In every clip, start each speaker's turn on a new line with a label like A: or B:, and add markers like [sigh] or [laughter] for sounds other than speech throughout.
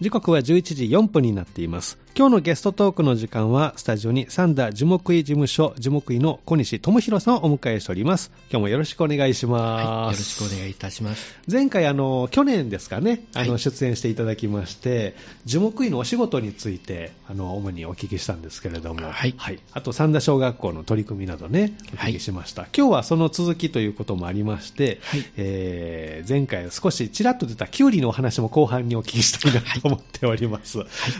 A: 時刻は11時4分になっています今日のゲストトークの時間はスタジオにサンダー樹木医事務所樹木医の小西智博さんをお迎えしております今日もよろしくお願いし
B: はい、よ
A: ま
B: ろ
A: す、
B: しくお願いいたします。
A: 前回あの去年ですかねあ
B: は
A: の
B: い
A: 出演していただきまして、樹木医のお仕事についてあの主にお聞きしたんですけれども、
B: はい
A: あと三田小学校の取り組みなどねお聞きしました、今日はその続きということもありまして、
B: はい
A: えー前回少しちらっと出たキュウリのお話も後半にお聞きしたいなと思っております、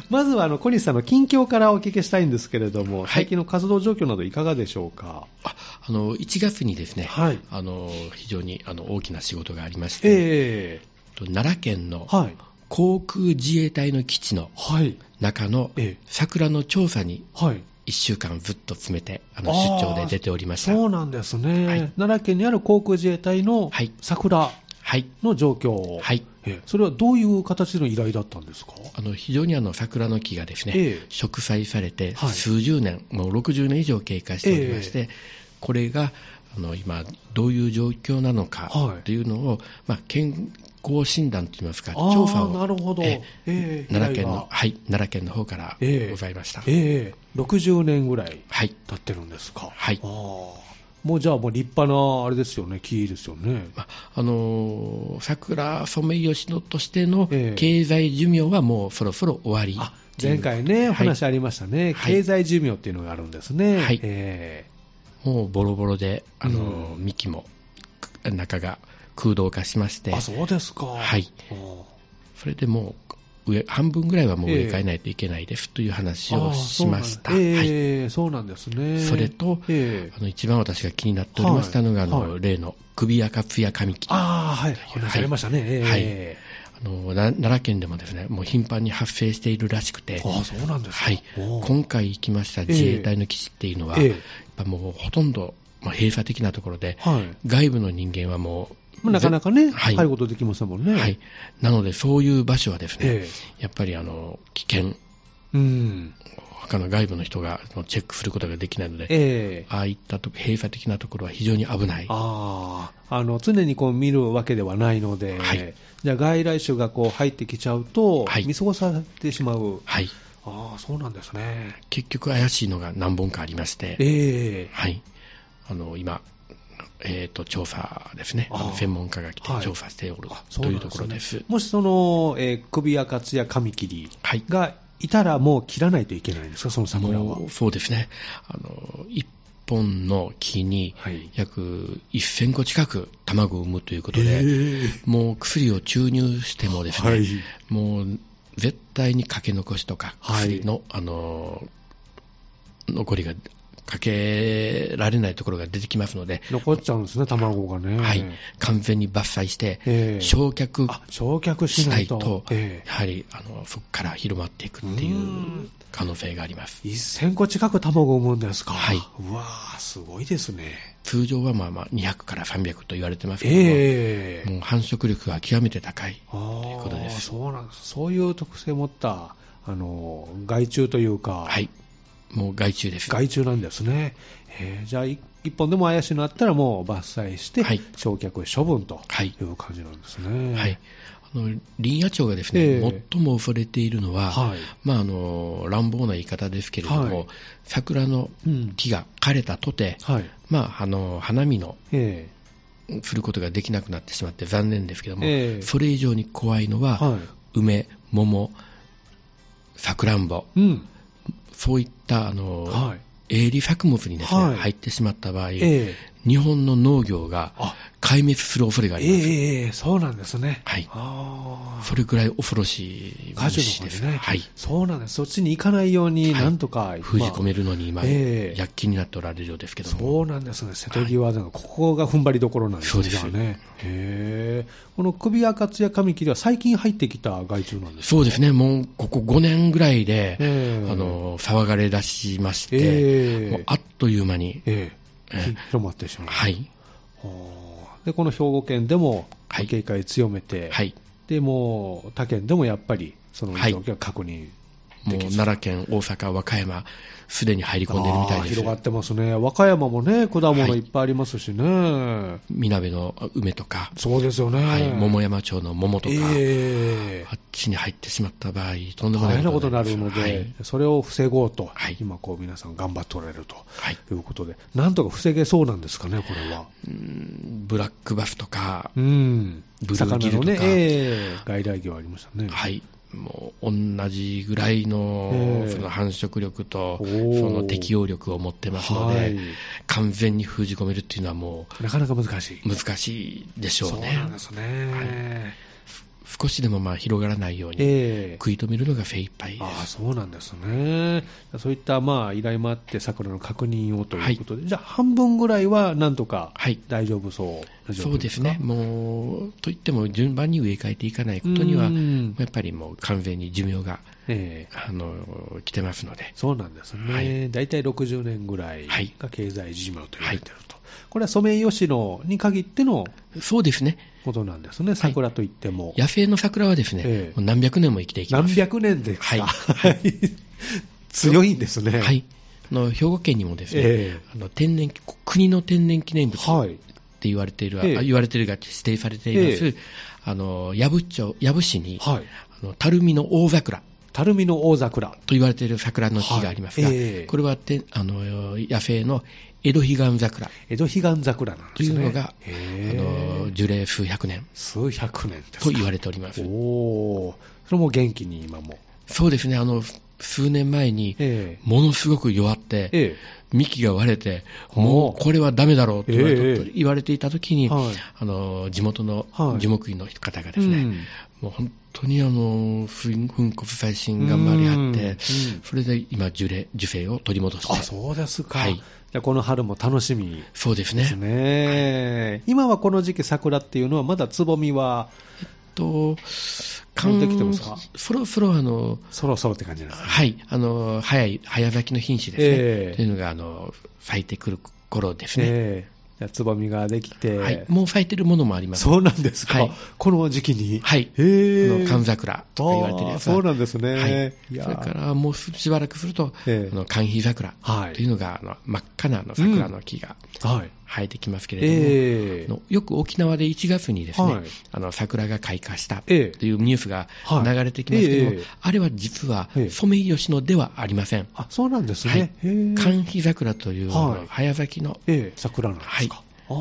A: まずはあの小西さんの近況からお聞きしたいんですけれども、
B: い
A: 最近の活動状況などいかがでしょうか
B: ああの1月にですね、
A: はい
B: あの非常にあの大きな仕事がありまして、
A: え
B: と奈良県
A: え
B: の
A: はい
B: 航空自衛隊の基地の
A: はい
B: 中の
A: ええ
B: 桜の調査に
A: はい
B: 1週間ずっと詰めてあの
A: あー
B: 出張で出ておりました。
A: そうなんですね、
B: はい
A: 奈良県にある航空自衛隊の
B: はい
A: 桜
B: はい、
A: の状況を、
B: はい
A: ええそれはどういう形の依頼だったんですか
B: あの非常にあの桜の木がですね、
A: ええ
B: 植栽されて
A: はい
B: 数十年、もう60年以上経過しておりまして、
A: え
B: これがあの今、どういう状況なのか
A: はい
B: というのを、まあ、健康診断といいますか、
A: あー
B: 調査を
A: なるほど
B: え
A: ええ
B: 奈良県
A: 依頼
B: の
A: が、
B: はい、奈良県の方から
A: ええ
B: ございました。
A: ええ60年ぐらい
B: はい
A: 経ってるんですか、
B: はい
A: ああもうじゃあ、もう立派なあれですよね、木ですよね。
B: まああのー桜ソメイヨシノとしての
A: ええ
B: 経済寿命はもうそろそろ終わり
A: あ前回ね、お話ありましたね、
B: はい
A: 経済寿命っていうのがあるんですね、
B: はい
A: え
B: もうボロボロで、あの、
A: う
B: 幹も、く中が空洞化しまし
A: え
B: て、
A: あそうですか、
B: はい
A: ああ
B: それでもう上、半分ぐらいはもう植え替えないといけないですという話をしました。
A: ああそうなん
B: は
A: です
B: い
A: ええそうなんですね。
B: それと
A: ええ
B: あの一番私が気になっておりましたの
A: は
B: が、
A: い
B: あの
A: はい
B: 例の首やかつや神木あ
A: ああ、はい、お話ありましたね。
B: はい
A: え
B: のな奈良県でもですねもう頻繁に発生しているらしくて、
A: えああ、そうなんですか。
B: はい、
A: おう
B: 今回行きました自衛隊の基地っていうのは、
A: ええ
B: やっぱもうほとんど、まあ、閉鎖的なところで、
A: はい。
B: 外部の人間はもう、
A: まあ、なかなかね、
B: はい
A: 入ることできませんもんね。
B: はい、なので、そういう場所はですね、
A: え
B: やっぱりあの危険、
A: え。うん。
B: 他の外部の人があのチェックすることができないので、
A: ええ。
B: ああいったとこ閉鎖的なところは非常に危ない、
A: ああ、あの、常にこう見るわけではないので、
B: はい
A: じゃあ外来種がこう入ってきちゃうと、
B: はい
A: 見過ごされてしまう。
B: はい、
A: ああ、そうなんですね。
B: 結局怪しいのが何本かありまして、
A: ええ。
B: はい、あの今、えーと、調査ですね、あ
A: あ
B: の
A: ー
B: 専門家が来て
A: はい
B: 調査しておる、
A: あそう
B: と
A: ないん
B: うところです。
A: ねもしその、えー首やかつやカミキリ
B: はい
A: がいたら、もう切らないといけないんですか、その桜は。
B: もうそうですね、あの1本の木に
A: はい
B: 約1000個近く卵を産むということで、
A: ええ
B: もう薬を注入してもですね、
A: はい
B: もう絶対にかけ残しとか、
A: はい
B: 薬の、あの残りがかけられないところが出てきますので、
A: 残っちゃうんですね、卵がね。
B: はい、完全に伐採して、
A: ええ
B: 焼却
A: あ焼却し
B: しな
A: ないいと、
B: と、
A: ええ
B: やはりあのそこから広まっていくって
A: う
B: いうん可能性があります。
A: 1000個近く卵を産むんですか、
B: はいう
A: わー、すごいですね。
B: 通常はまあまあ200から300と言われてますけども、
A: ええ
B: もう繁殖力が極めて高い。
A: あー
B: ということです
A: そうなんですそういう特性を持ったあの害虫というか、
B: はい。もう害虫です。
A: 害虫なんですね、ええじゃあ、い一本でも怪しいのあったら、もう伐採して、
B: はい
A: 焼却、処分と
B: はい
A: いう感じなんですね。
B: はい。あの、林野庁がですね、
A: ええ
B: 最も恐れているのは、
A: はい
B: まあ、あの、乱暴な言い方ですけれども、
A: はい
B: 桜の
A: うん
B: 木が枯れたとて、
A: はい
B: まあ、あの、花見の、
A: え
B: することができなくなってしまって残念ですけども、
A: ええ
B: それ以上に怖いの
A: え
B: は、
A: はい
B: 梅、桃、さくらんぼ、
A: うん
B: そういった、あの、
A: はい
B: 営利作物にですね、
A: はい
B: 入ってしまった場合、
A: ええ
B: 日本の農業が
A: あ
B: 壊滅する恐れがあり
A: ええ
B: ます。
A: ええええそうなんですね。
B: はい
A: あー
B: それぐらい恐ろしい
A: 果樹
B: 虫
A: の
B: で
A: 方
B: す。
A: でね、
B: はい。
A: そうなんです、そっちに行かないように、
B: はい
A: なんとか、
B: 封じ込めるのに今、
A: まあええ
B: 躍起になっておられるようですけども。
A: そうなんですね、瀬戸際だが、ここが踏ん張りどころなんですね、
B: そうです
A: じゃあね、へえこの首アカツやカミキリは最近入ってきた害虫なんです
B: そうですね、もうここ5年ぐらいで、
A: ええ
B: あの騒がれ出しまして、
A: ええ
B: もうあっという間に、
A: ええ
B: ええ
A: 広まってしまう、
B: はい、
A: ほうでこの兵庫県でも
B: はい
A: 警戒強めて、
B: はい、
A: でもう他県でもやっぱり、その
B: はい
A: 状況が確認
B: もう奈良県、大阪、和歌山、すでに入り込んでるみたい
A: あー
B: です
A: 広がってますね。和歌山もね、果物いっぱいありますしね。
B: みなべの梅とか、
A: そうですよね。
B: はい、桃山町の桃とか、
A: ええ
B: あっちに入ってしまった場合、とんでも
A: 大
B: ない
A: 変なことになるので、
B: はい
A: それを防ごうと、
B: はい
A: 今こう皆さん頑張っておられると
B: はい
A: いうことで、なんとか防げそうなんですかね、これは。
B: うんブラックバスとか、
A: うん、
B: ブルーギ
A: 魚
B: ル
A: の
B: とか
A: ね、ええ外来魚ありましたね。
B: はい、もう同じぐらい
A: え
B: の
A: え
B: その繁殖力と、
A: お
B: そ
A: ー
B: の適応力を持ってますので、
A: はい
B: 完全に封じ込めるっていうのはも
A: なかなか難しい。
B: う難しいでしょう
A: そう
B: ね
A: なん。ですね。
B: 少しでもまあ広がらないように、
A: ええ
B: 食い止めるのが精一杯で
A: ああ
B: す。
A: そうなんですね、そういったまあ依頼もあって、桜の確認をということで、じゃあ、半分ぐらいはなんとか
B: はい
A: 大丈夫そう、
B: そうですね、もう、といっても順番に植え替えていかないことには、
A: うん
B: やっぱりもう完全に寿命が、
A: ええ
B: あの、来てますので、
A: そうなんです
B: は
A: ね、
B: い
A: 大体60年ぐらい
B: はい
A: が経済寿命と言われていると、これはソメイヨシノに限っての
B: そうですね、
A: ことなんですね、桜といっても。
B: 野生の桜はですね、
A: ええ
B: もう何百年も生きていきま
A: 何
B: す。
A: 百年ですか、
B: は
A: [laughs] 強いんですね。
B: はい。あの、兵庫県にもですね、
A: ええ
B: あの天然、国の天然記念物っ
A: はい
B: て言われている、
A: ええ
B: あ言われているが指定されています、
A: え
B: あの、矢部町、矢部市に、
A: はい
B: あの、垂水の大桜
A: たるみの大桜。
B: と言われている桜の木がありますが、
A: はいええ
B: これはてあの、野生の江戸彼岸桜
A: 江戸彼岸桜なん
B: と
A: で
B: い
A: すね。
B: うのが、
A: へ
B: あ
A: ー
B: の、樹齢数百年
A: 数百年ですか
B: と言われております。
A: おーそれも元気に今も。
B: そうですね、あの、数年前に、
A: え
B: ものすごく弱って、
A: ええ
B: 幹が割れて、
A: ほう
B: もうこれはダメだろうと言われ,、
A: ええ
B: 言われていたときに、
A: はい
B: あの、地元の
A: はい
B: 樹木医の方がですね、
A: うん
B: もう本当にあの、粉骨細心頑張りあって、
A: うんうん
B: それで今樹齢、樹勢を取り戻して、
A: あ、そうですか。
B: はい
A: じゃあこの春も楽しみ
B: そうです
A: で
B: ね。
A: すね。今はこの時期桜っていうのはまだつぼみは
B: と、
A: 飛んできてますか
B: かんそろそろあの、
A: そろそろって感じなんですね。
B: はい、あの、早い、早咲きの品種ですね、
A: ええ
B: というのが、あの、咲いてくる頃ですね。
A: ええじゃあつぼみができて、
B: はい、もう咲いてるものもあります。
A: そうなんですか、
B: はい
A: この時期に。
B: はい。
A: へ
B: あ
A: ー
B: の、寒桜とか言われてるやつは
A: あーそうなんですね
B: はい。
A: いや
B: それ
A: ー
B: から、もうしばらくすると、
A: ええ
B: あの、寒肥桜
A: はい
B: というのが、あの、真っ赤なあの桜の木が
A: はい。
B: 生えてきますけれども、
A: ええ
B: あのよく沖縄で1月にですね、
A: はい
B: あの桜が開花したと
A: ええ
B: いうニュースが
A: はい
B: 流れてきますけども、
A: ええ
B: あれは実は
A: ええ
B: ソメイヨシノではありません。
A: あ、そうなんです
B: はい
A: ね。へー
B: 寒肥桜という、
A: はい
B: 早咲きの、
A: ええ桜なんですか
B: は。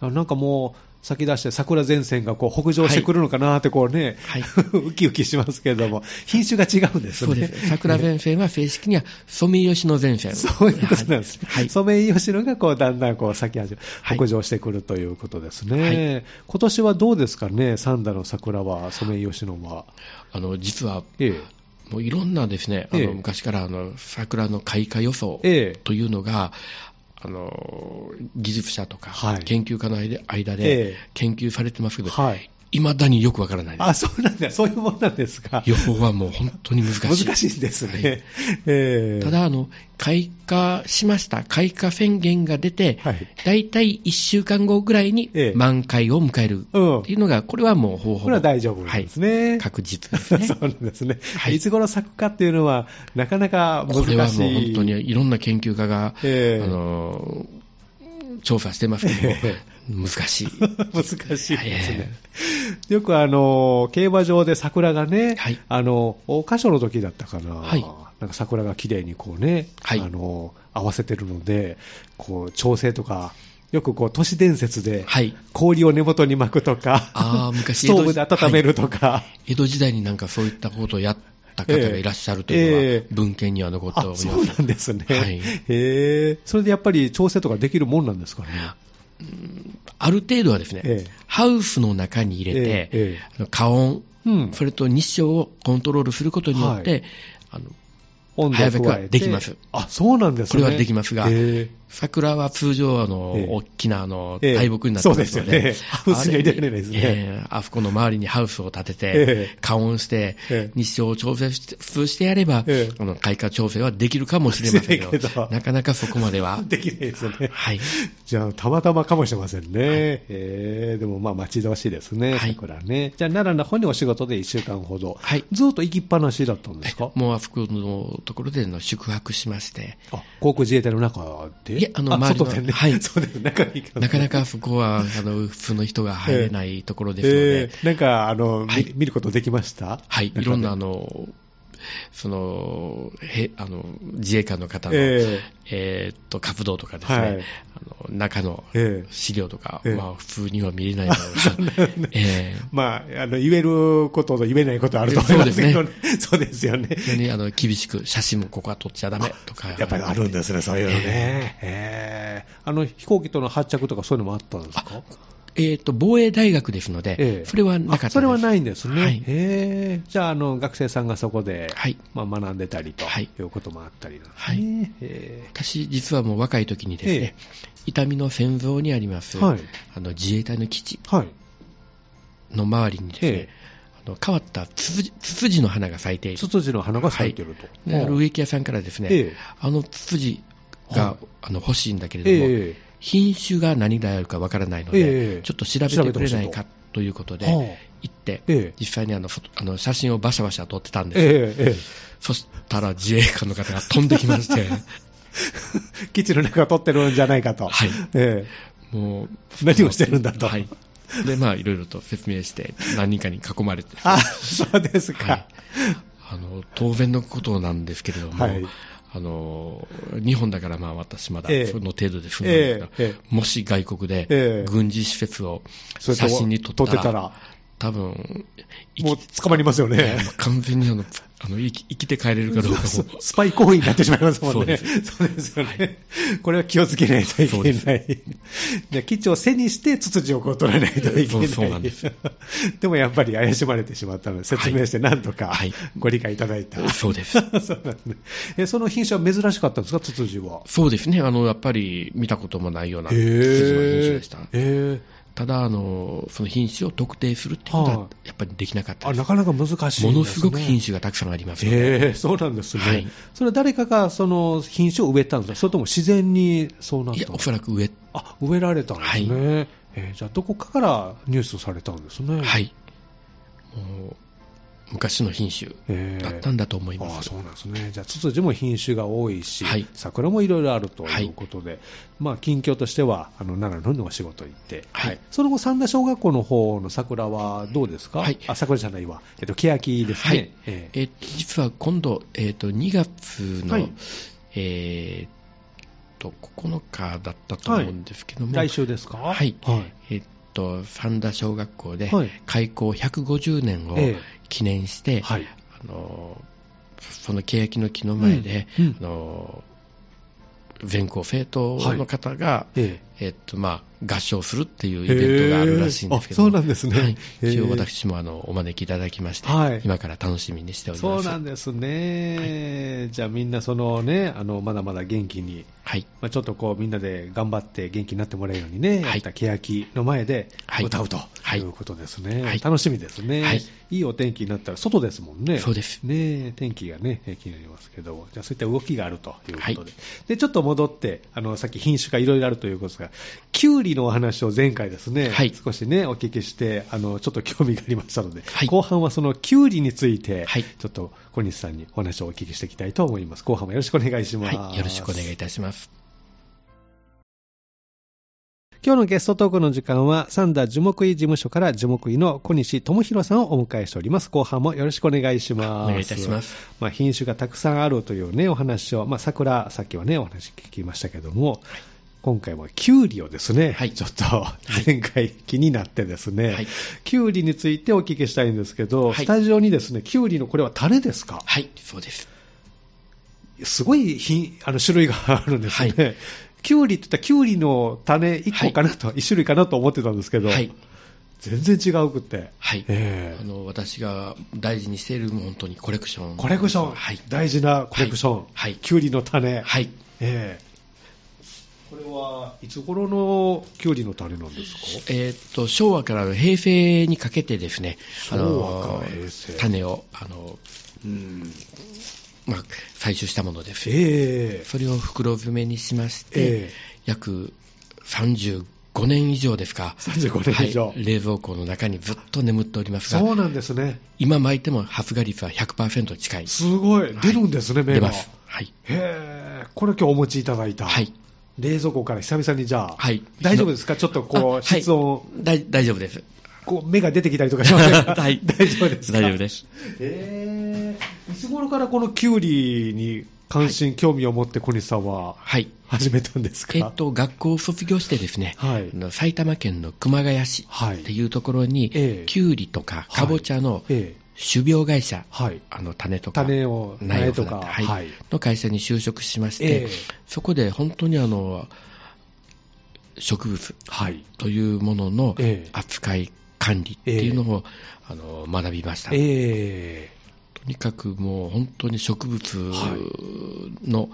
A: ああ、なんかもう、先出して桜前線がこう北上してくるのかなってこうね、
B: はい
A: [laughs] ウキウキしますけれども、品種が違うんです
B: そう
A: ね。 [laughs]
B: です。桜前線は正式にはソメイヨシノ前線。
A: そういうことなんですね。
B: はい
A: ソメイヨシノがこうだんだんこう先始め
B: はい
A: 北上してくるということですね。
B: は
A: 今年はどうですかね、サンダの桜は、ソメイヨシノは。
B: あの、実は、
A: え
B: もういろんなですね、あ
A: ええ
B: の昔からあの桜の開花予想
A: ええ
B: というのが、あの技術者とか
A: はい
B: 研究家の間間
A: え
B: で
A: え
B: 研究されてます
A: え
B: けど、
A: はい。
B: いまだによくわからないで
A: あ、
B: す。
A: そうなんだ。そういうもんなんですか。
B: 予報はもう本当に難しい。
A: 難しいんですね。
B: はい
A: ええ
B: ただあの、開花しました、開花宣言が出て、
A: はい
B: 大体1週間後ぐらいに
A: ええ
B: 満開を迎える
A: うん
B: っていうのが、これはもう方法
A: これは大丈夫なんですね。。
B: はい、確実ですね
A: そうなんですね、
B: はい
A: い、つ頃咲くかっていうのは、なかなか [laughs] 難しい。
B: これはもう本当にいろんな研究家が、
A: ええ
B: あの調査してますけども、
A: え [laughs]
B: 難しい。
A: [laughs] 難しいです
B: え
A: ね。よくあの、競馬場で桜がね、
B: はい
A: あの、桜花賞の時だったかな、
B: はい
A: なんか桜が綺麗にこうね、
B: はい
A: あの、合わせてるので、こう、調整とか、よくこう、都市伝説で、
B: はい
A: 氷を根元に巻くとか、
B: あー
A: [laughs] ス
B: 昔
A: トーブで温めるとか、
B: 江戸時代になんかそういったことをやった方がいらっしゃるというのは、
A: ええええ
B: 文献には残っており
A: あ
B: ます。
A: そうなんですね、
B: はい
A: へえそれでやっぱり調整とかできるもんなんですかね。
B: ある程度はですね、
A: ええ
B: ハウスの中に入れて、
A: ええええ
B: あの加温、
A: うん
B: それと日照をコントロールすることによって、
A: はい
B: あの
A: 温度を加えて
B: 早咲きはできます。
A: あ、そうなんです
B: こ
A: ね。
B: れはできますが、
A: え
B: 桜は通常、あの、
A: ええ
B: 大きな、あの、
A: ええ
B: 大木になってます
A: そう
B: の
A: で
B: で、
A: すよねハウスには入れられないですね
B: あれにええあそこの周りにハウスを建てて、
A: ええ
B: 加温して、
A: ええ
B: 日照を調整して、通してやれば、
A: ええ
B: あの開花調整はできるかもしれませんけど、
A: できないけど
B: なかなかそこまでは
A: ー。できないですよね。 [laughs]
B: はい。
A: じゃあ、たまたまかもしれませんね。えーでも、まあ、待ち遠しいですね、
B: はい
A: 桜ね。じゃあ、奈良の方にお仕事で1週間ほど、
B: はい
A: ずっと行きっぱなしだったんですか
B: もうあそこのところでの宿泊しまして、
A: あ航空自衛隊の中で
B: いやあの周りの
A: 外でね、
B: はい
A: [laughs] そうです、中に行か
B: なかな
A: か
B: かそこは、あの、普通の人が入れないところですので、
A: えーなんか、あの、み
B: はい
A: 見ることできました
B: はい、
A: 中で
B: いろんなあの、その、へあの自衛官の方の、え
A: え
B: ーっと活動とかですね、
A: はい
B: あの中の
A: えええ
B: 資料とか、
A: ええ
B: まあ普通には見
A: [laughs]
B: れないだろうし、え
A: まあ、あの言えることと言えないことあると思いますけどね、 [laughs] そうですよね
B: え。非常にあの厳しく写真もここは撮っちゃダメとか、
A: やっぱりあるんですね、そういうのね。えーあの飛行機との発着とかそういうのもあったんですか
B: えーっと防衛大学ですので、
A: ええ
B: それはなかった。
A: あそれはないいんですね。
B: はい
A: へーじゃああの、学生さんがそこで、
B: はい
A: まあ、学んでたりと、
B: はい
A: い、うこともあったりなんですね。
B: はい
A: へ
B: 私、実はもう若い時にですね、伊丹の戦場にあります、
A: はい
B: あの自衛隊の基地
A: ーはい。
B: の周りにですね、
A: ええ
B: あの変わったツツジツツジの花が咲いている
A: ツツジの花が咲いてると。
B: であ
A: は
B: る
A: い
B: 植木屋さんからですね、
A: ええ
B: あのツツジが、
A: はい
B: あの欲しいんだけれども、
A: え
B: 品種が何であるかわからないので、
A: ええ
B: ちょっと調べてくれないかということで、
A: はあ
B: 行って、
A: ええ
B: 実際にあのフォトあの写真をバシャバシャ撮ってた
A: え
B: んですよ、
A: ええええ
B: そしたら自衛官の方が飛んできまして、
A: え基地の中を取ってるんじゃないかと。
B: はい
A: え
B: もう、
A: え何をしてるんだと。
B: はい、で、まあ、いろいろと説明して、何人かに囲まれて、
A: あ、そうですか。
B: あの当然のことなんですけれども、
A: はい
B: あの日本だからまあ私まだ
A: ええ
B: その程度で済んだんですが、
A: えええ
B: もし外国
A: え
B: で
A: え
B: 軍事施設を
A: それと
B: 写真に撮った
A: 撮
B: ら、
A: ってたら
B: 多分生き
A: もう捕まりますよ
B: いや
A: ね
B: も。う完全にあのつあの生き生きて帰れるかどうかも。
A: ス [laughs] スパイ行為になってしまいますもんね。
B: そ
A: そうですよね、これは気をつけないといけ
B: そ
A: ない。 [laughs] じゃあ、基地を背にして、ツツジをこう取らないといけない。
B: そうそうなんです
A: [laughs] でもやっぱり怪しまれてしまったので、説明してなんとか
B: はい
A: ご理解いただいた。 [laughs]
B: そうです。
A: そうなんですねえその品種は珍しかったんですか、ツツジは。
B: そうですね。あの、やっぱり見たこともないような
A: へ
B: 筋の品種
A: え
B: でした。
A: へえ
B: ただ、あの、その品種を特定するっていうこと
A: は、
B: はいやっぱりできなかった
A: あ
B: です。
A: なかなか難しいです、ね。
B: ものすごく品種がたくさんありますので
A: へえそうなんですね、
B: はい
A: それは誰かがその品種を植えたんですか、それとも自然にそうなっ
B: いや
A: た、ん
B: お
A: ですか
B: そらく上、
A: あ植えられたんですね、えーじゃあ、どこかからニュースされたんですね。
B: はいい。もう、昔の品種
A: えー
B: だったんだと思い
A: ああ
B: ます。
A: そうなんですね、じゃあ、ツツジも品種が多いし、
B: はい
A: 桜もいろいろあるということで、まあ、近況としては、あの奈良の方にお仕事行って、
B: はい
A: その後、三田小学校の方の桜はどうですか、
B: はい
A: あ桜じゃないわ、えっと、欅ですね、
B: はい
A: えー
B: えー実は今度、えー、と2月の、
A: はい
B: えー、と9日だったと思うんですけども、
A: 来週ですか、
B: はい
A: はい
B: えー、と三田小学校で
A: はい
B: 開校150年を
A: ええ
B: 記念して、
A: はい
B: あのーその欅の木の前で、
A: うんうん
B: あのー全校生徒の方が、
A: ええ
B: えっとまあ、合唱するっていうイベントがあるらしいんですけども、
A: へーあそうなんですね
B: はい
A: へー
B: 一応私もあのお招きいただきまして、
A: はい
B: 今から楽しみにしておりま
A: そ
B: す。
A: うなんですね、じゃあみんなその、ね、あのまだまだ元気に、
B: はい、
A: まあ、ちょっとこうみんなで頑張って元気になってもらえるようにね、や
B: はい
A: った欅の前で
B: はい
A: 歌うと
B: はい
A: いうことですね、
B: はい
A: 楽しみですね、
B: はい
A: い、いお天気になったら外ですもんね、
B: そうです
A: ねえ天気がね、え気になりますけど、じゃあそういった動きがあるということで、
B: はい
A: でちょっと戻って、あのさっき品種がいろいろあるということですが、キュウリのお話を前回ですね、
B: はい
A: 少しね、お聞きして、あのちょっと興味がありましたので、
B: はい
A: 後半はそのキュウリについて、
B: はい
A: ちょっと小西さんにお話をお聞きしていきたいと思います。後半もよろしくお願いします。
B: はい、よろしくお願いいたします。
A: 今日のゲストトークの時間は、サンダー樹木医事務所から樹木医の小西智弘さんをお迎えしております。後半もよろしくお願いします。
B: お願いいたします。
A: まあ、品種がたくさんあるというね、お話を、まあ、桜、さっきはね、お話聞きましたけども、今回はキュウリをですね、
B: はい
A: ちょっと前回気になってですね、
B: はい
A: キュウリについてお聞きしたいんですけど、
B: はい
A: スタジオにですね、キュウリのこれは種ですか
B: はい、そうです。
A: すごい品あの種類があるんですね、
B: は
A: キュウリって言ったら、キュウリの種1個かなと、1種類かなと思ってたんですけど、
B: はい、
A: 全然違うくって。
B: はい、
A: え
B: あ
A: え
B: の私が大事にしている本当にコレクション
A: コレクション、
B: はい
A: 大事なコレクション、
B: はい
A: キュウリの種、
B: はい
A: ええこれはいつ頃のキュウリの種なんですか
B: えーっと昭和から平成にかけてですねあの
A: 昭和から平成
B: 種をあの、
A: うん
B: まあ、採取したものです、
A: ええ
B: それを袋詰めにしまして、
A: ええ
B: 約35年以上ですか
A: 35年以上
B: はい冷蔵庫の中にずっと眠っております
A: そ
B: が
A: うなんですね
B: 今巻いても発芽率は100%近い
A: すごい出るんですね、
B: 出
A: 芽が
B: ますはい
A: へえこれ今日お持ちいただいた、
B: はい
A: 冷蔵庫から久々にじゃあ、
B: はい
A: 大丈夫ですかちょっと
B: あ
A: こ
B: は
A: う
B: い
A: 室温、
B: だい大丈夫です
A: こう目が出てきたりとかしません
B: [laughs]
A: か
B: はい
A: [laughs] 大丈夫ですか
B: 大丈夫です
A: ええいつ頃からこのキュウリに関心、興味を持って小西さんは
B: はい
A: 始めたんですか
B: えっと、学校を卒業してですね、
A: はい
B: あの埼玉県の熊谷市
A: はい
B: っていうところに、
A: ええ
B: きゅうりとかかぼちゃの
A: ええ
B: 種苗会社、
A: はい
B: あの種とか
A: 種を苗
B: 苗
A: と
B: と
A: か
B: か、はい
A: はい
B: の会社に就職しまして、
A: ええ
B: そこで本当にあの植物
A: はい
B: というものの
A: ええ
B: 扱い、管理っていうのを、あの学びました、
A: え
B: とにかくもう本当に植物
A: は
B: の、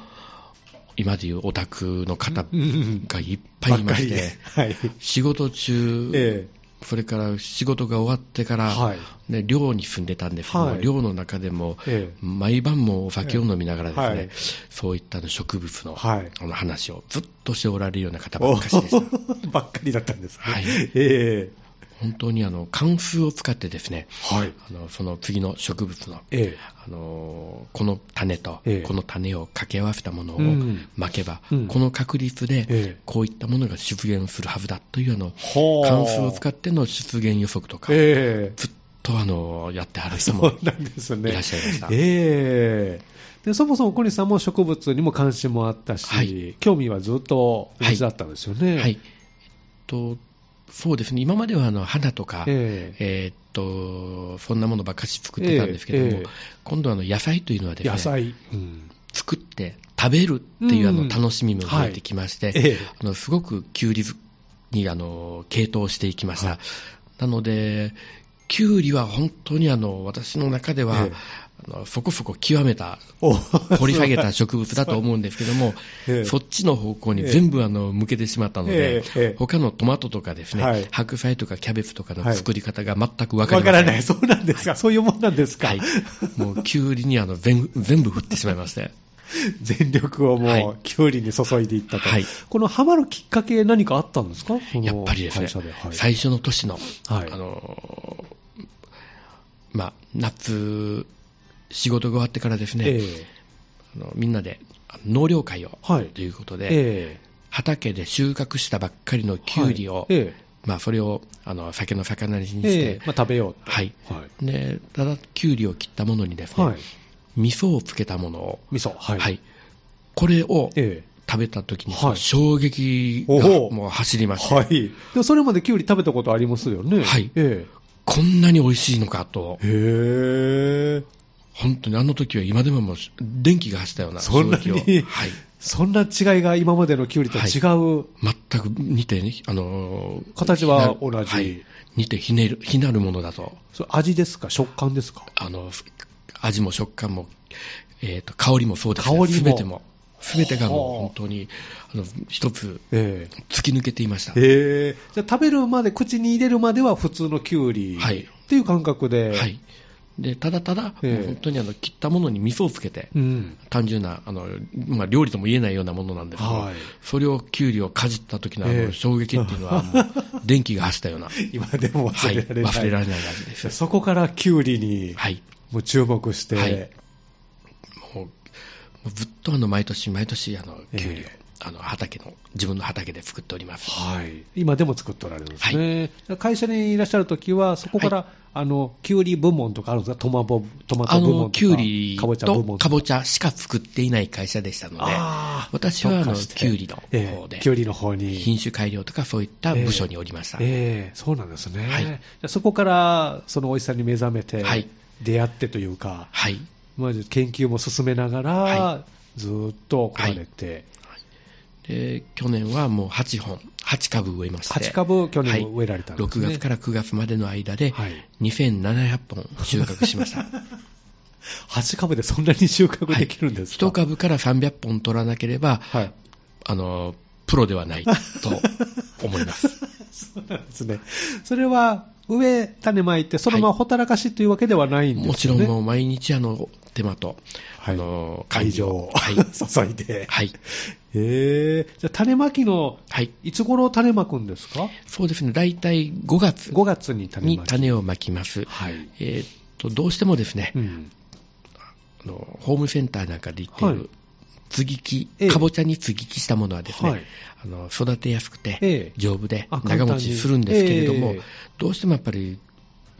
B: 今でいうオタクの方
A: うんうん
B: がい
A: え
B: っぱいい
A: ばって
B: まし、
A: かりではい
B: 仕事中、
A: え
B: それから仕事が終わってから、
A: はい
B: ね、寮に住んでたんですけど、
A: はい
B: 寮の中でも、
A: え
B: 毎晩もお酒を飲みながらですね、
A: ええはい
B: そういったあの植物の,、
A: はい
B: あの話をずっとしておられるような方ばっかしでした。
A: お [laughs] ばっかりだったんですね、
B: はい
A: ええ
B: 本当にあの関数を使ってですね、
A: はい
B: あのその次の植物の、
A: ええ
B: あのこの種と、
A: ええ
B: この種を掛け合わせたものを
A: うん
B: まけば、
A: うん
B: この確率で、
A: ええ
B: こういったものが出現するはずだというあの
A: ほう
B: 関数を使っての出現予測とか、
A: ええ
B: ずっとあのやってはる人
A: そ
B: も
A: うなんですね。
B: いらっしゃいました
A: ええでそもそも小西さんも植物にも関心もあったし、
B: はい
A: 興味はずっとお持ちだったんですよね。
B: はい、えっと、そうですね、今まではあの花とか、
A: ええ
B: えーっと、そんなものばっかし作ってたんですけども、
A: ええええ
B: 今度はあの野菜というのはですね、
A: 野菜、うん
B: 作って食べるっていうあ
A: うん
B: の楽しみも増えてきまして、
A: はいええ
B: あのすごくキュウリにあの傾倒していきました。
A: はい
B: なので、キュウリは本当にあの私の中では、
A: ええ
B: あのそこそこ極めた
A: お、
B: 掘り下げた植物だと思うんですけども
A: ええ
B: そっちの方向に全部あの向けてしまったの
A: え
B: で、
A: えええ
B: 他のトマトとかですね、
A: はい
B: 白菜とかキャベツとか
A: は
B: の
A: い
B: 作り方が全く分
A: わ
B: かりません。
A: からない、そうなんですか、そういうもんなんですか、
B: はい、もうキュウリにあの全全部振ってしまいまして、
A: 全力をもう、
B: はい
A: きゅうりに注いでいったと、
B: はい
A: このハマるきっかけ、何かあったんですか、この
B: やっぱりですね
A: 会社で、はい、
B: 最初の年の、
A: はい
B: あのーまあ、夏、仕事が終わってからですね、
A: え
B: あのみんなで農業会を、
A: はい
B: ということ
A: え
B: で、
A: え
B: 畑で収穫したばっかりの
A: え
B: キュウリを、
A: はいえ
B: まあ、それをあの酒の魚にし
A: え
B: て、
A: ええまあ、食べようと
B: はい
A: はい
B: でただきゅうりを切ったものにですね、
A: はい
B: 味噌をつけたものを、
A: 味噌、はい、
B: これを
A: ええ
B: 食べた時に、
A: はい
B: 衝撃が
A: おお
B: もう走りまして、
A: はい、でもそれまできゅうり食べたことありますよね、
B: はい
A: え
B: こんなに美味しいのかと
A: え、へえ、
B: 本当にあの時は今でももう電気が走ったような
A: そんな
B: 衝
A: に
B: 撃を、はい、
A: そんな違いが今までのきゅうりと違う、
B: 全く似て、あのー
A: 形は同じ
B: はい、似てひねるひなるものだと。
A: それ味ですか、食感ですか、
B: あの味も食感も、えー、と香りもそうです
A: 香りも
B: すべても、すべてがも
A: はあ
B: う本当にあの一つ
A: え
B: 突き抜けていました
A: え。へえじゃあ食べるまで、口に入れるまでは普通のきゅうり
B: はい
A: っていう感覚で、
B: はい、でただただ、
A: ええ
B: もう本当にあの切ったものに味噌をつけて、
A: うん、
B: 単純なあの、まあ、料理とも言えないようなものなんですけど、
A: はい
B: それをきゅうりをかじった時のあ
A: ええ
B: の衝撃っていうの
A: [laughs]
B: は、もう電気が走ったような、
A: 今でも忘
B: はい、
A: れられない、
B: 忘れられない味です。
A: そこからきゅうりに
B: はい
A: もう注目して、
B: はいもうもうずっとあの毎年毎年あのキュウリを、
A: え
B: あの畑の自分の畑で作っております。
A: はい、今でも作っておられるんですね、会社にいらっしゃるときは、そこから、あのきゅうり部門とかあるんですか、トマボトマ
B: あ
A: ト部門と
B: の
A: か、
B: キュウリ
A: かぼちゃ部門
B: とかぼちゃしか作っていない会社でしたので、
A: あー
B: 私はあ
A: 特
B: の
A: 化して
B: キュウリの方
A: え
B: で
A: え、きゅうりの方に
B: 品種改良とかそういった部署におりました。
A: ええそうなんですね、
B: はい
A: じゃあそこからその美味しさに目覚めて、
B: はい
A: 出会ってというか、
B: はい。
A: まあ、研究も進めながら、
B: は
A: ずーっと来られて、
B: でで去年はもう8本、8株植えまして、
A: 8株去年植えられたんです
B: 6
A: ね、
B: 月から9月までの間で、
A: はい
B: 2700本収穫しました。
A: 8株でそんなに収穫できるんですか、
B: 1株から300本取らなければ、
A: はい、
B: あの、プロではないと思います。
A: そうなんですね。それは、上、種まいて、そのままほったらかしというわけでは [laughs] ないん
B: も
A: です
B: ち
A: よ
B: ろん
A: ね。
B: もう毎日あの、手間と、
A: はい
B: あの、
A: 会場を、
B: はい
A: [laughs] 注いで。
B: はい。
A: へえ。じゃあ、種まきの、
B: はい。
A: いつ頃種まくんですか
B: そうですね、大体5月
A: ?5 月に種
B: に
A: まき。
B: 種をまきます。
A: はい。
B: えーっと、どうしてもですね、
A: うん。
B: あのホームセンターなんかで売ってい
A: はい
B: る、継ぎ木、
A: ええ
B: かぼちゃに継ぎ木したものはですね、
A: はい
B: あの育てやすくて、
A: ええ
B: 丈夫で
A: あ簡単
B: 長
A: に
B: 持ちするんですけれども、
A: ええ
B: どうしてもやっぱり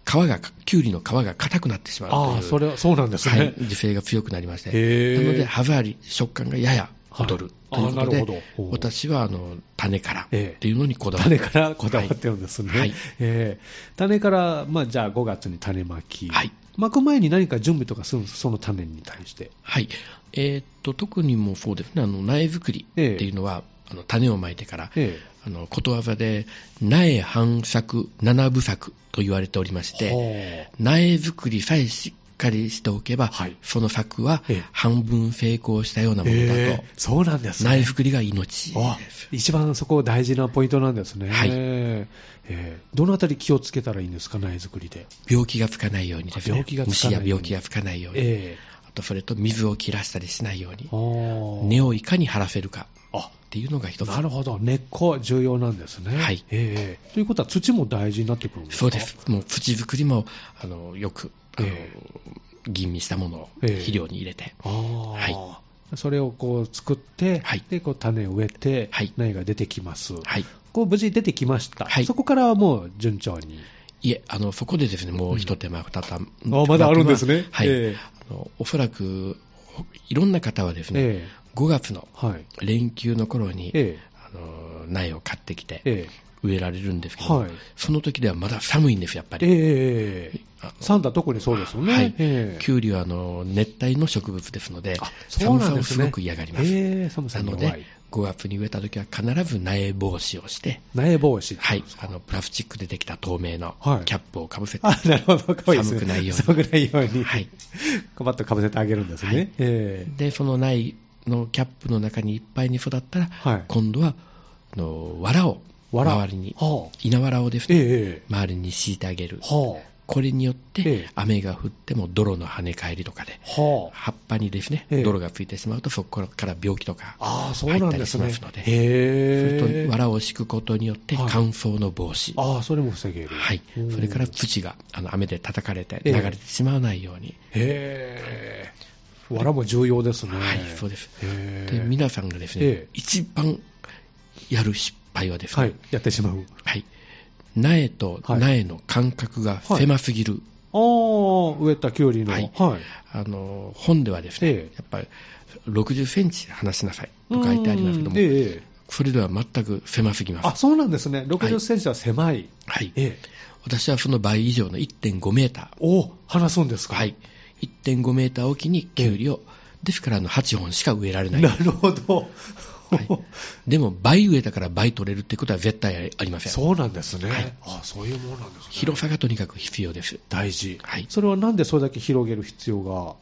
B: 皮が、きゅうりの皮が硬くなってしまうという
A: ああ、それは、そうなんですね。
B: はい、受精が強くなりまして、
A: へえ
B: なので歯触り、食感がやや劣る
A: はい
B: というこ
A: あ
B: と
A: なる
B: で、
A: ほどほう
B: 私はあの種からっ
A: ええ
B: ていうのにこだわって、
A: 種からこだわってるんですね。
B: はい
A: えー種から、まあ、じゃあ5月に種まき。
B: はい
A: まく前に何か準備とかするんですかその種に対して。
B: はいえーっと特にもうそうですね、あの苗作りっていうのは、あの種をまいてから、
A: え
B: あのことわざで苗半作、七部作と言われておりまし
A: え
B: て、
A: はあ
B: 苗作りさえしっかりしておけば、
A: はい
B: その作は
A: ええ
B: 半分成功したようなものだと、
A: ええそうなんですね。
B: 苗作りが命で
A: あ
B: す。
A: 一番そこ大事なポイントなんですね。
B: はい
A: ええどのあたり気をつけたらいいんですか、苗作りで。
B: 病気がつかないようにですね。
A: 病気がつかないように
B: 虫や病気がつかないように。
A: え
B: あと、それと水を切らしたりしないように
A: え。ああ
B: 根をいかに張らせるか
A: あ
B: っていうのが一つ。
A: なるほど、根っこ、重要なんですね。
B: はい
A: ええということは、土も大事になってくるんですか
B: そうで。す。もう土作りも、あの、よく、あの
A: え、
B: 吟味したものを
A: ええ
B: 肥料に入れて。
A: ああ、
B: は
A: それをこう作って、
B: はい
A: でこう種を植えて、
B: はい
A: 苗が出てきます、
B: はい。
A: こう無事出てきました、
B: はい
A: そこからはもう順調に。
B: いえ、あの、そこでですね、もう一手間、二手間。
A: あまだあるんですね
B: はい。
A: ええ
B: あのおそらく、いろんな方はですね、
A: ええ
B: 5月の
A: はい。
B: 連休の頃に、
A: ええ
B: あの苗を買ってきて、
A: ええ
B: 植えられるんですけど、
A: はい
B: その時ではまだ寒いんです、やっぱり。
A: ええ
B: あの
A: サンダ特にそうですよね。
B: はい
A: ええ
B: キュウリはあの熱帯の植物ですので、
A: あそう
B: 寒
A: な
B: さ
A: んで
B: を
A: すね
B: すごく嫌がります。
A: ええ寒さ
B: な
A: に
B: の
A: 弱い
B: で、5月に植えた時は必ず苗防止をして、
A: 苗防止。
B: はい、あのプラスチックでできた透明の
A: はい
B: キャップをかぶせて、
A: あ、なるほど。かわいいですね
B: 寒くないように
A: 寒くないように。
B: はい。
A: バッとかぶせてあげるんですね。
B: はい
A: ええ
B: でその苗のキャップの中にいっぱいに育ったら、
A: はい
B: 今度はあの藁を
A: 藁
B: 周りに、
A: はあ
B: 稲藁をです
A: え
B: ね、
A: ええ
B: 周りに敷いてあげる
A: え。は
B: これによっ
A: え
B: て
A: え、
B: 雨が降っても泥の跳ね返りとかで、
A: あ。はあ。
B: 葉っぱにですね、
A: ええ
B: 泥がついてしまうと、そこから病気とか、
A: ああ、そうなんですね。
B: 入ったりしますのでそ
A: へえ。
B: れと藁を敷くことによって、
A: はい
B: 乾燥の防止、
A: ああ、それも防げる。
B: はい、
A: うん
B: それから土があの雨で叩かれて、
A: ええ
B: 流れてしまわないように、
A: へえ。わらも重要ですね。
B: はい、そうです。
A: へ
B: で
A: え。
B: 皆さんがです
A: え
B: ね
A: え、
B: 一番やる失敗はです
A: はい
B: ね、、
A: やってしまう。
B: はい、苗と
A: はい
B: 苗の間隔が狭すぎる。
A: ああ、植えたきゅうりの。
B: はい
A: はい。
B: あの本ではですね、
A: ええ
B: やっぱり60センチ離しなさいと書いてありますけども、
A: うんええ
B: それでは全く狭すぎま
A: あ、
B: す。
A: そうなんですね。60センチは狭い。
B: はい、
A: ええ。
B: 私はその倍以上の1.5メータ
A: お話すんです
B: ー、
A: か。
B: はい、1.5メーターおきにキュウリを、ですからあの8本しか植えられない。
A: なるほど。
B: はいでも倍植えたから倍取れるってことは絶対ありません。
A: [laughs] そうなんですね。
B: はい
A: あそういうものなんですね。
B: 広さがとにかく必要です。
A: 大事。
B: はい
A: それはなんでそれだけ広げる必要が。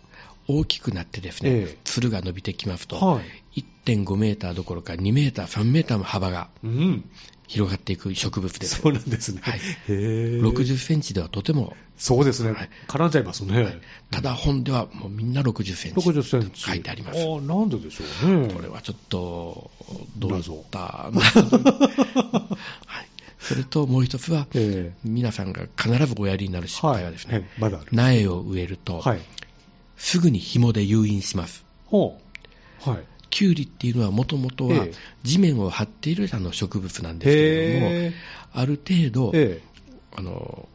B: 大きくなってですね、
A: ええ
B: つるが伸びてきますと、
A: はい
B: 1.5メーターどころか2メーター、3メーターも幅が
A: うん。
B: 広がっていく植物です。
A: そうなんですね。
B: はい
A: へえ。
B: 60センチではとても、
A: そうですね、
B: はい
A: 絡んじゃいますね、
B: ただ本ではもうみんな60センチ。
A: 60センチ
B: 書いてあります
A: あなんででしょうね
B: これはちょっと、どうだ
A: 謎
B: ったな [laughs] はい。それともう一つは、
A: え
B: 皆さんが必ずおやりになる失
A: えはい
B: 敗はですね、
A: はいまだある
B: 苗を植えると、
A: はい
B: すぐに紐で誘引します。
A: ほうはい
B: キュウリっていうのはもともとは
A: ええ
B: 地面を張っているあの植物なんですけれども、
A: へえ
B: ある程度、
A: ええ
B: あの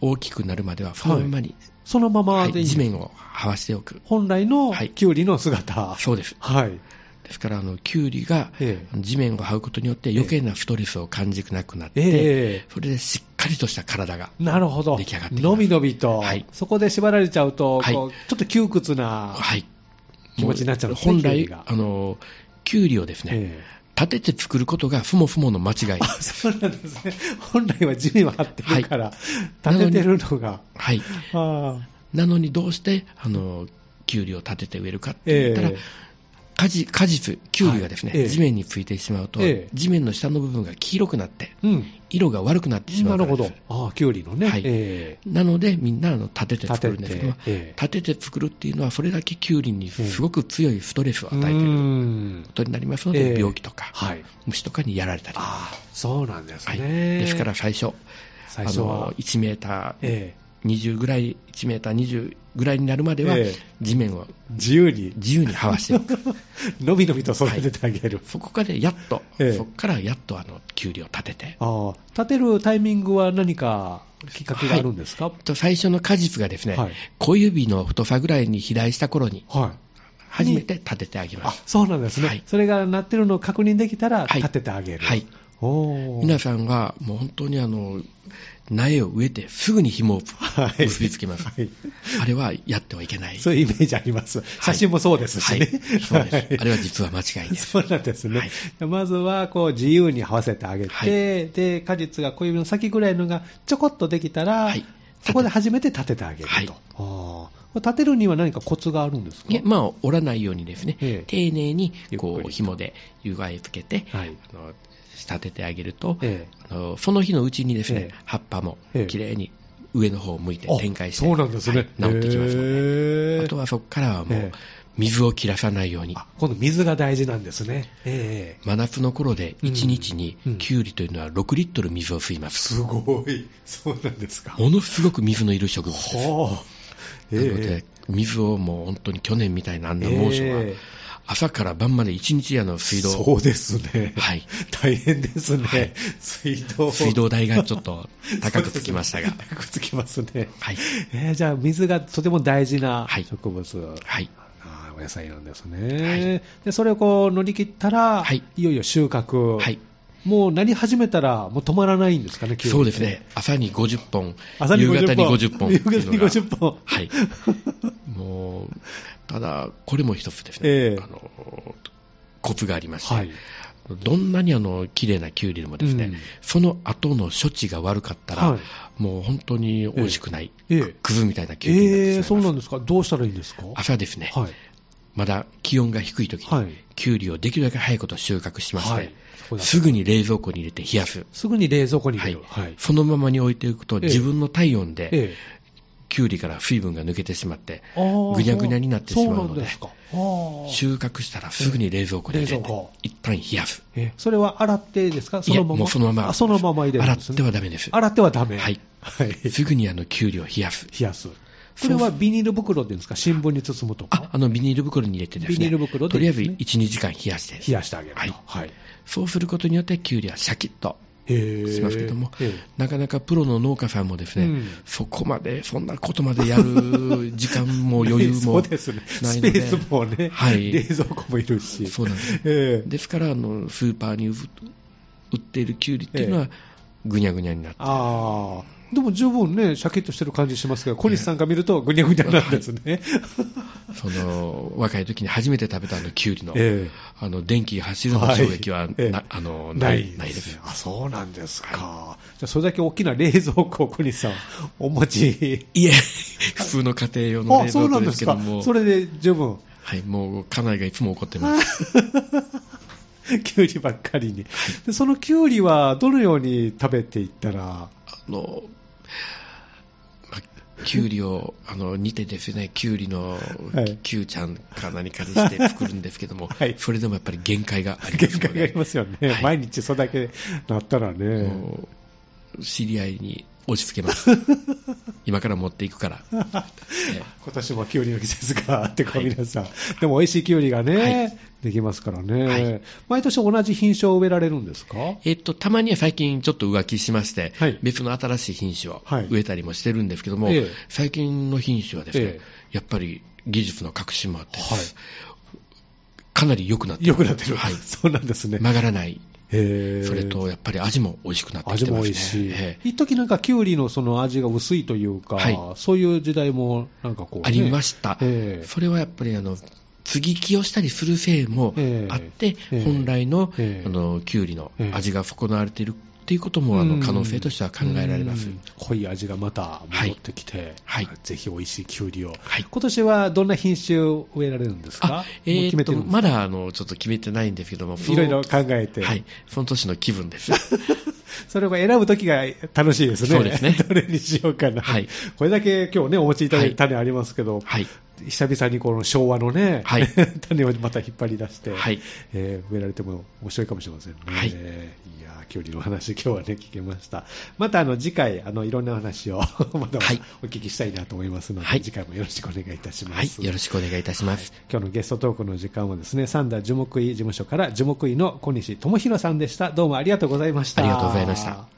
B: 大きくなるまではそのままに、
A: そのまま
B: はい
A: でいい、
B: 地面を這わしておく。
A: 本来の
B: はい
A: キュウリの姿
B: そうです。
A: はい
B: ですから、あの、キュウリが
A: ええ
B: 地面を這うことによって余計なストレスを感じなくなって、
A: ええ
B: それでしっかりとした体が。
A: なるほど
B: 出来上がってきます
A: のびのびと、
B: はい
A: そこで縛られちゃうと、
B: はい
A: こうちょっと窮屈な、
B: はい。
A: 気持ちになっちゃうんですね
B: 本
A: キュウリ
B: 来、
A: が
B: あの、キュウリをですね、
A: え
B: 立てて作ることが、ふもふもの間違い。
A: あそうなんですね。本来は地には張ってるから、立ててるのが。
B: はい。
A: ああ、
B: なのにどうして、あの、キュウリを立てて植えるかって言ったら、
A: ええ
B: 果実、果実、キュウリがですね、
A: はいええ
B: 地面についてしまうと、
A: ええ
B: 地面の下の部分が黄色くなって、
A: うん。
B: 色が悪くなってしま
A: な
B: うか
A: る
B: ら
A: ほ
B: です
A: ど。ああ、キュウリのね。
B: はい
A: え
B: なので、みんなあの立てて
A: 立
B: 作
A: て
B: るんですけど
A: て、、え
B: 立てて作るっていうのは、それだけキュウリにすごく強いストレスを
A: え
B: 与えている
A: うん
B: ことになりますの
A: え
B: で、
A: え
B: 病気とか、
A: はい。
B: 虫とかにやられたり、は
A: ああ、そうなんです
B: い、
A: ね。
B: ですから、最初、あ
A: 最初は
B: の、1メーター
A: え
B: 20ぐらい、1メーター20ぐらいになるまでは
A: ええ、
B: 地面を
A: え自由に、
B: 自由に這わし
A: [laughs]
B: ていく、
A: のびのびと育ててあげる。
B: そこからやっと、
A: ええ
B: そこからやっとあのキュウリを立てて。
A: ああ、立てるタイミングは何かきっかけがあるんですか
B: と最初の果実がですね、
A: はい
B: 小指の太さぐらいに肥大した頃に、
A: はい。
B: 初めて立ててあげま
A: あ
B: す。
A: そうなんですね、
B: はい
A: それが鳴ってるのを確認できたら、
B: はい
A: 立ててあげる、
B: はい。
A: おー
B: 皆さんがもう本当にあの苗を植えてすぐに紐を
A: はい
B: 結びつけます、
A: はい、
B: あれはやってはいけない、
A: そういうイメージあります、写真もそうです
B: は
A: し
B: い
A: ね、
B: そうです、
A: はい
B: あれは実は間違いです、
A: [laughs] そうなんですね、
B: はい
A: まずはこう自由に這わせてあげて、
B: はい
A: で果実が小指の先ぐらいのがちょこっとできたら、
B: はい
A: そこで初めて立ててあげると、
B: はい
A: あーこれ立てるには何かコツがあるんですか
B: いやまあ、折らないようにですね、
A: ええ
B: 丁寧にこ
A: ゆっくり
B: う
A: と
B: 紐で湯がいつけて、
A: はい
B: あの仕立ててあげると、
A: え
B: あのその日のうちにですね、
A: ええ
B: 葉っぱも
A: ええ
B: きれいに上の方を向いて
A: あ
B: 展開して、
A: そうなんですね、
B: はい治ってきますので、
A: へー
B: あとはそこからはも
A: ええ
B: う水を切らさないように。
A: あ今度、水が大事なんですね。ええ
B: 真夏の頃で
A: うん
B: 1日に
A: うん
B: キュウリというのは6リットル水を吸います、
A: すごい、そうなんですか。
B: ものすごく水のいる植物です、
A: はあ、
B: なので水をもう本当に去年みたいなあんな猛暑は
A: ええ
B: 朝から晩まで1日あの水道
A: そうですね、
B: はい
A: 大変ですね、
B: はい
A: 水道
B: 水道代がちょっと高くつきまし
A: [laughs]
B: たが
A: 高くつきますね、
B: はい
A: えーじゃあ、水がとても大事な
B: はい
A: 植物、
B: はい
A: あーお野菜なんですね、でそれをこう乗り切ったら、
B: はい
A: い、よいよ収穫、
B: はい
A: もうなり始めたら、もう止まらないんですかね、急に
B: そうですね朝に50本
A: 朝に
B: 夕
A: 50
B: 方に50本
A: 夕方に50本
B: はいもうただこれも一つですね、
A: ええ
B: あのコツがありまして、
A: はい
B: どんなにあの綺麗なキュウリでもですね、
A: うん
B: その後の処置が悪かったら、
A: はい
B: もう本当に美味しくない、
A: ええええ
B: クズみたいなキュウリになってしま
A: え
B: い
A: ー、
B: ます
A: そうなんですか、どうしたらいいんですか、
B: 朝ですね、
A: はい、
B: まだ気温が低い時に、
A: はい
B: キュウリをできるだけ早いこと収穫しまして、
A: はいそこだ
B: すぐに冷蔵庫に入れて冷やす。
A: すぐに冷蔵庫に
B: は
A: 入れ
B: い
A: る、はい
B: そのままに置いておくと、
A: ええ
B: 自分の体温で、
A: ええ
B: キュウリから水分が抜けてしまって、
A: あー
B: ぐにゃぐにゃになってしまう
A: そ
B: ので
A: うなんですかあー
B: 収穫したらすぐに冷蔵庫に入れ
A: 冷
B: て
A: 蔵庫、
B: 一旦冷やす。
A: えそれは洗ってですかそ
B: いや
A: のまま
B: もうそのまま
A: あそのまま入れる
B: 洗
A: ん
B: っ
A: ですね
B: てはダメです。
A: 洗ってはダメ。
B: はい
A: はい冷
B: すぐにあのキュウリを冷やす。
A: やす。これはビニール袋でいいんですか新聞に包むと
B: あ
A: か。
B: あのビニール袋に入れてですね、
A: ビニール袋で
B: とりあえず
A: いいで
B: 1、2時間冷やして、
A: 冷やしてあげると。
B: はい
A: はい。
B: そうすることによって、キュウリはシャキッと
A: へー
B: しますけども、
A: え
B: なかなかプロの農家さんもですね、
A: うん
B: そこまで、そんなことまでやる時間も余裕
A: そ
B: も
A: うですね。
B: な
A: [laughs] ス
B: い
A: ペ
B: ので、
A: ースもね、
B: はい
A: 冷蔵庫もいるし。
B: そうなんです。
A: ええ
B: ですからあの、スーパーに売売っているキュウリっていうの
A: え
B: は、ぐにゃぐにゃになって、
A: ああ。でも十分ね、シャキッとしてる感じしますけど、小西さんが見るとぐにゃぐにゃなんですね。
B: その若い時に初めて食べたあのキュウリ
A: [laughs]
B: の、
A: ええ
B: あの電気が走るの衝撃はな、
A: ええ
B: あの
A: ない
B: ないですよ。
A: あそうなんですか、じゃあそれだけ大きな冷蔵庫を小西さん、お持ち、
B: いえ、普通の家庭用の
A: あ
B: 冷
A: そ
B: 蔵
A: うな
B: 庫
A: ん
B: で
A: ですす
B: けど
A: か
B: も、、
A: それで十分、
B: はい、もう家内がいつも怒っ
A: [laughs]
B: てます。
A: きゅうりばっかりに、でそのきゅうりはどのように食べていったら、
B: あの、まあ、きゅうりを、あの、煮てですね、きゅうりの
A: はい、
B: きゅうちゃんか何かにして作るんですけども、
A: [laughs] はい
B: それでもやっぱり限界がありま
A: 限
B: すの
A: 界があ
B: で
A: り、ますよね、
B: はい
A: 毎日それだけなったらね、
B: もう知り合いに押し付
A: [laughs]
B: けます。今から持っていくから。え
A: 今年もきゅうりの季節があってこう、皆さん、でも美味しいきゅうりがね、できますからね、
B: はい
A: 毎年同じ品種を植えられるんですか
B: えっと、たまには最近ちょっと浮気しまして、
A: はい
B: 別の新しい品種を
A: はい
B: 植えたりもしてるんですけども、
A: ええ
B: 最近の品種はですね、
A: ええ
B: やっぱり技術の革新もあって、
A: はい
B: かなり良くなって
A: よくなってる、
B: はい
A: [laughs] そうなんですね。
B: 曲がらない、
A: へー
B: それとやっぱり味も美味しくなってき
A: 味
B: てま
A: も
B: すね。
A: 美味しい
B: ええ、
A: 一時なんかきゅうりのその味が薄いというか、
B: はい
A: そういう時代もなんかこうね、
B: ありました、
A: ええ
B: それはやっぱりあの継ぎ木をしたりするせいもあって、
A: ええ
B: 本来の、
A: ええ
B: あのきゅうりの
A: ええ
B: 味が損なわれているっていうことも、あ
A: うん
B: の可能性としては考えられます。
A: うん濃い味がまた戻ってきて、
B: はいはい
A: ぜひ美味しいキュウリを、
B: はい
A: 今年はどんな品種を植えられるんですか
B: あ、え
A: もう決
B: ー
A: め
B: っと
A: てるんです
B: まだあのちょっと決めてないんですけども、そ
A: い
B: の
A: ろいろ考えて、
B: はい、その年の気分
A: [laughs]
B: です。
A: それを選ぶときが楽しいですね、
B: そうですね
A: [laughs] どれにしようかな、
B: はい
A: これだけ今日ね、お持ちいただい
B: はい
A: た種ありますけど、
B: はい、
A: 久々にこの昭和のね、
B: はい
A: [laughs] 種をまた引っ張り出して、
B: はい、
A: えー植えられても面白いかもしれませんね。
B: はい
A: いやー、距離の話、今日はね、聞けました。また、あの、次回、あの、いろんな話を、 [laughs] また
B: はい
A: お聞きしたいなと思いますので、
B: はい
A: 次回もよろしくお願いいたしま
B: は
A: す。
B: い、よろしくお願いいたします。
A: 今日のゲストトークの時間はですね、三田樹木医事務所から樹木医の小西智弘さんでした。どうもありがとうございました。
B: ありがとうございました。